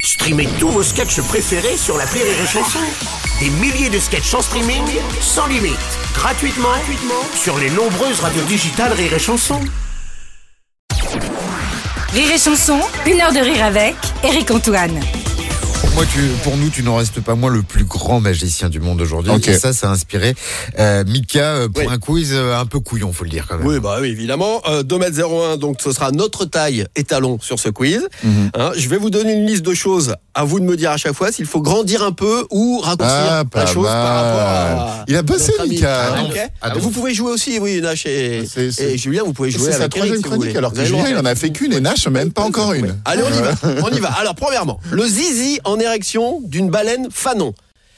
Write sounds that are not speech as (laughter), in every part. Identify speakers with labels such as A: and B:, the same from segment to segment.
A: Streamez tous vos sketchs préférés sur la Rire et Chanson. Des milliers de sketchs en streaming, sans limite, gratuitement, gratuitement sur les nombreuses radios digitales Rire et Chanson.
B: Rire et chanson, une heure de rire avec Eric Antoine.
C: Pour, moi, tu, pour nous, tu n'en restes pas moins le plus grand magicien du monde aujourd'hui.
D: Ok.
C: Et ça, ça a inspiré euh, Mika euh, pour
D: Oui.
C: un quiz euh, un peu couillon, faut le dire quand même.
D: Oui, bah oui, évidemment. Euh, 2m01, donc ce sera notre taille étalon sur ce quiz.
E: Mhm.
D: Hein, je vais vous donner une liste de choses. À vous de me dire à chaque fois s'il faut grandir un peu ou raccourcir
C: Ah,
D: la
C: pas
D: chose par
C: mal.
D: rapport à.
C: Il a passé,
D: notre ami.
E: hein.
C: Mika.
D: Ah,
C: Ah,
D: ok.
C: non. Ah,
D: Et
C: donc-
D: vous pouvez jouer aussi, oui, Nash et,
E: Ah, C'est- c'est-
D: et Julien, vous pouvez jouer
E: C'est
D: avec
E: sa troisième
D: Eric, si vous
E: chronique,
D: voulez.
E: alors
D: Vous
E: que
D: allez
E: Julien,
D: voir.
E: il en a fait qu'une et Nash, même pas encore une. Euh,
D: Allez, on
E: (laughs)
D: y va. On y va. Alors, premièrement, le zizi en érection d'une baleine fanon.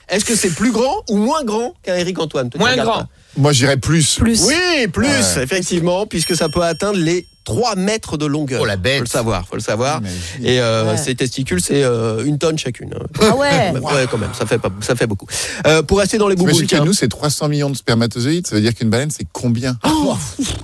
D: Est-ce que c'est plus grand ou moins grand qu'un Eric Antoine Toi, tu
F: Moins
D: regardes
F: grand.
D: pas.
E: Moi, j'irais plus.
D: Oui, plus, effectivement, puisque ça peut atteindre les 3 mètres de longueur.
C: Oh, la bête.
D: Faut le savoir, faut le savoir. Et euh, ces testicules, c'est euh, une tonne chacune. hein.
B: Ah ouais
D: (laughs) Ouais, quand même, ça fait, pas, ça fait beaucoup. Euh, pour rester dans les
E: Imagine
D: bouboules,
E: que nous, c'est 300 millions de spermatozoïdes. Ça veut dire qu'une baleine, c'est combien
D: Oh,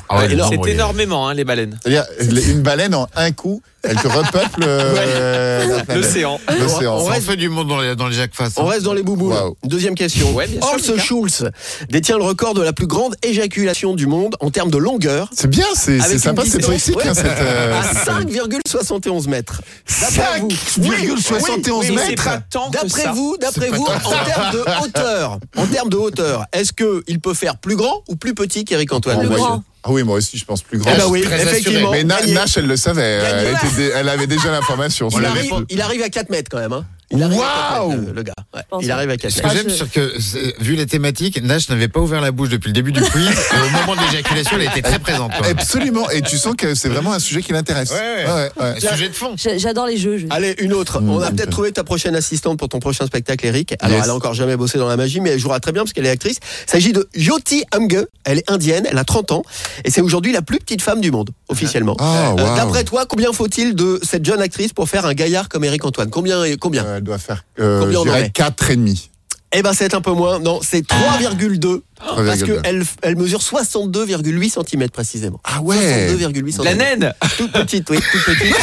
C: Ah ouais,
D: C'est
C: non,
D: énorme.
C: bon,
F: C'est
C: il-
F: énormément, hein, les baleines.
E: C'est-à-dire, une baleine en un coup, elle te repeuple euh, la planète.
F: L'océan.
E: L'océan.
C: On
D: reste-
C: fait du monde dans les, dans les Jacques Fass. hein.
D: on reste dans les bouboules.
E: Waouh.
D: Deuxième question.
F: Ouais, bien sûr,
D: Horst
F: Mika.
D: Schulz détient le record de la plus grande éjaculation du monde en termes de longueur.
E: C'est bien, c'est c'est
D: avec
E: sympa,
D: une
E: c'est
D: distance,
E: poétique. hein,
D: ouais, Ah,
E: cette, euh,
D: à
E: cette-
D: 5,71 mètres. D'après vous-
F: Mais
E: 5,71
F: c'est
E: mètres
F: pas tant que
D: D'après
F: ça.
D: vous, d'après
E: pas
D: vous,
E: tant
D: en termes de hauteur, en termes de hauteur, est-ce que il peut faire plus grand ou plus petit qu'Éric Antoine
E: Ah, moi,
B: grand.
E: je- Ah oui, moi aussi, je pense plus grand.
D: Eh ben oui,
C: Très assuré.
D: effectivement.
E: Mais Na-
D: Gagné.
E: Nash, elle le savait.
C: hein.
E: Elle,
D: Gagné.
E: était dé- elle avait déjà l'information.
D: il,
E: sur
D: arrive,
E: le-
D: il arrive à 4 mètres quand même. Hein. Il arrive à 4
E: Waouh
D: mètres, le, le gars. Ouais,
B: pense
D: il
B: pas.
D: arrive à 4
C: Ce que
D: mètres.
C: j'aime, c'est que, c'est- vu les thématiques, Nash n'avait pas ouvert la bouche depuis le début du quiz. et au moment de l'éjaculation, elle était très présente. quoi.
E: Absolument. Et tu sens que c'est vraiment un sujet qui l'intéresse.
C: Ouais, ouais.
E: ouais.
C: Un Sujet de fond.
B: J'a- J'adore les jeux. je-
D: Allez, une autre. On a
E: ok.
D: peut-être trouvé ta prochaine assistante pour ton prochain spectacle, Eric. Alors,
E: Mm. Yes.
D: elle a encore jamais bossé dans la magie, mais elle jouera très bien parce qu'elle est actrice. Il s'agit de Yoti Hamge. Elle est indienne, elle a 30 ans. Et c'est aujourd'hui la plus petite femme du monde, officiellement.
E: Ah,
D: Euh,
E: waouh.
D: D'après toi, combien faut-il de cette jeune actrice pour faire un gaillard comme Eric Antoine Combien et combien
E: Euh, elle doit faire euh,
D: Combien on
E: je dirais
D: en met
E: 4 et demi.
D: Eh ben, c'est un peu moins. Non, c'est 3,2. Parce
E: 3,2.
D: qu'elle elle mesure 62,8 cm précisément.
E: Ah ouais.
D: 62,8 cm.
F: La naine
D: Toute petite, oui, toute petite.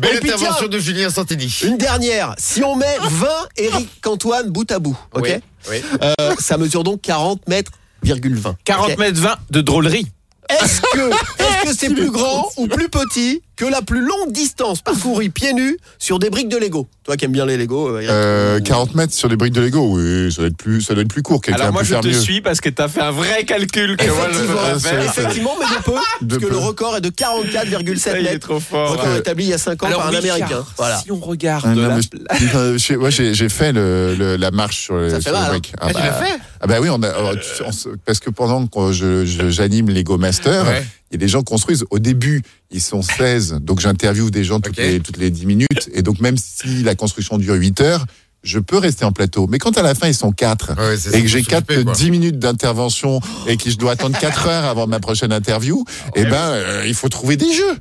C: Belle
E: Eh,
D: Et puis,
C: intervention
D: tiens.
C: de Julien Santini.
D: Une dernière. Si on met 20 Eric Antoine bout à bout, ok
F: Oui, oui.
D: Euh, Ça mesure donc 40 mètres. 20.
F: 40 mètres 20 de drôlerie.
D: Est-ce que est-ce que c'est plus grand ou plus petit que la plus longue distance parcourue pieds nus sur des briques de Lego Toi qui aimes bien les Lego, euh, Eric.
E: Euh, 40 mètres sur des briques de Lego, oui, ça doit être plus, ça doit être plus court. Quelqu'un
F: Alors moi
E: peut
F: je
E: faire
F: te
E: mieux.
F: suis parce que t'as fait un vrai calcul que moi je peux pas
E: Effectivement.
F: faire.
D: Effectivement, mais de peu,
E: De
D: parce que
E: peu.
D: le record est de
F: Ça,
D: 44,7
F: Il est
D: mètres.
F: trop fort. Euh,
D: Record établi il y a 5 ans par un
F: oui,
D: Américain.
F: car
D: Voilà.
F: Si on regarde
E: Ah, (laughs) non,
F: la-
E: mais je- euh, je- ouais, j'ai j'ai fait le, le- la marche sur les,
D: Ça fait
E: sur les
D: mal, hein.
E: briques.
C: Ah, tu l'as fait
E: ah bah oui, on a, alors, tu- on se- parce que pendant que je- je- j'anime Lego Master, il
C: Ouais.
E: y a des gens qui construisent. Au début, ils sont 16, donc j'interviewe des gens toutes,
C: Ok.
E: les, toutes les 10 minutes. Et donc même si la construction dure 8 heures, je peux rester en plateau. Mais quand à la fin, ils sont 4,
C: Ouais, c'est ça,
E: et que j'ai
C: faut s'occuper,
E: 4
C: quoi.
E: 10 minutes d'intervention et que je dois attendre 4 heures avant ma prochaine
C: Ah,
E: interview, eh ben euh, il faut trouver des jeux.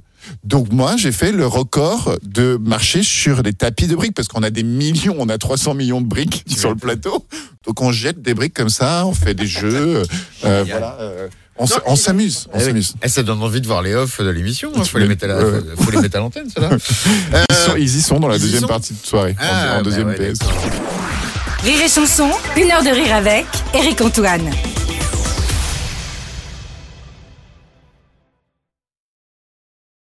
E: Donc moi, j'ai fait le record de marcher sur des tapis de briques parce qu'on a des millions, on a 300 millions de briques (laughs) sur le plateau. Donc on jette des briques comme ça, on fait des
C: (laughs)
E: jeux, euh, voilà, euh, on s- on s'amuse, on
C: Eh oui.
E: s'amuse.
C: Eh, ça donne envie de voir les offs de l'émission. hein. Faut,
E: Mais-
C: les mettre à la-
E: ouais.
C: faut- faut les mettre à l'antenne,
E: (laughs)
C: ceux-là. Euh,
E: Ils, sont- ils y sont dans la
C: ils y
E: deuxième
C: sont
E: partie de soirée, en-
C: Ah,
E: en,
C: bah
E: deuxième
C: ouais,
E: PS.
C: d'accord.
B: Rire et chanson, une heure de rire avec Eric Antoine.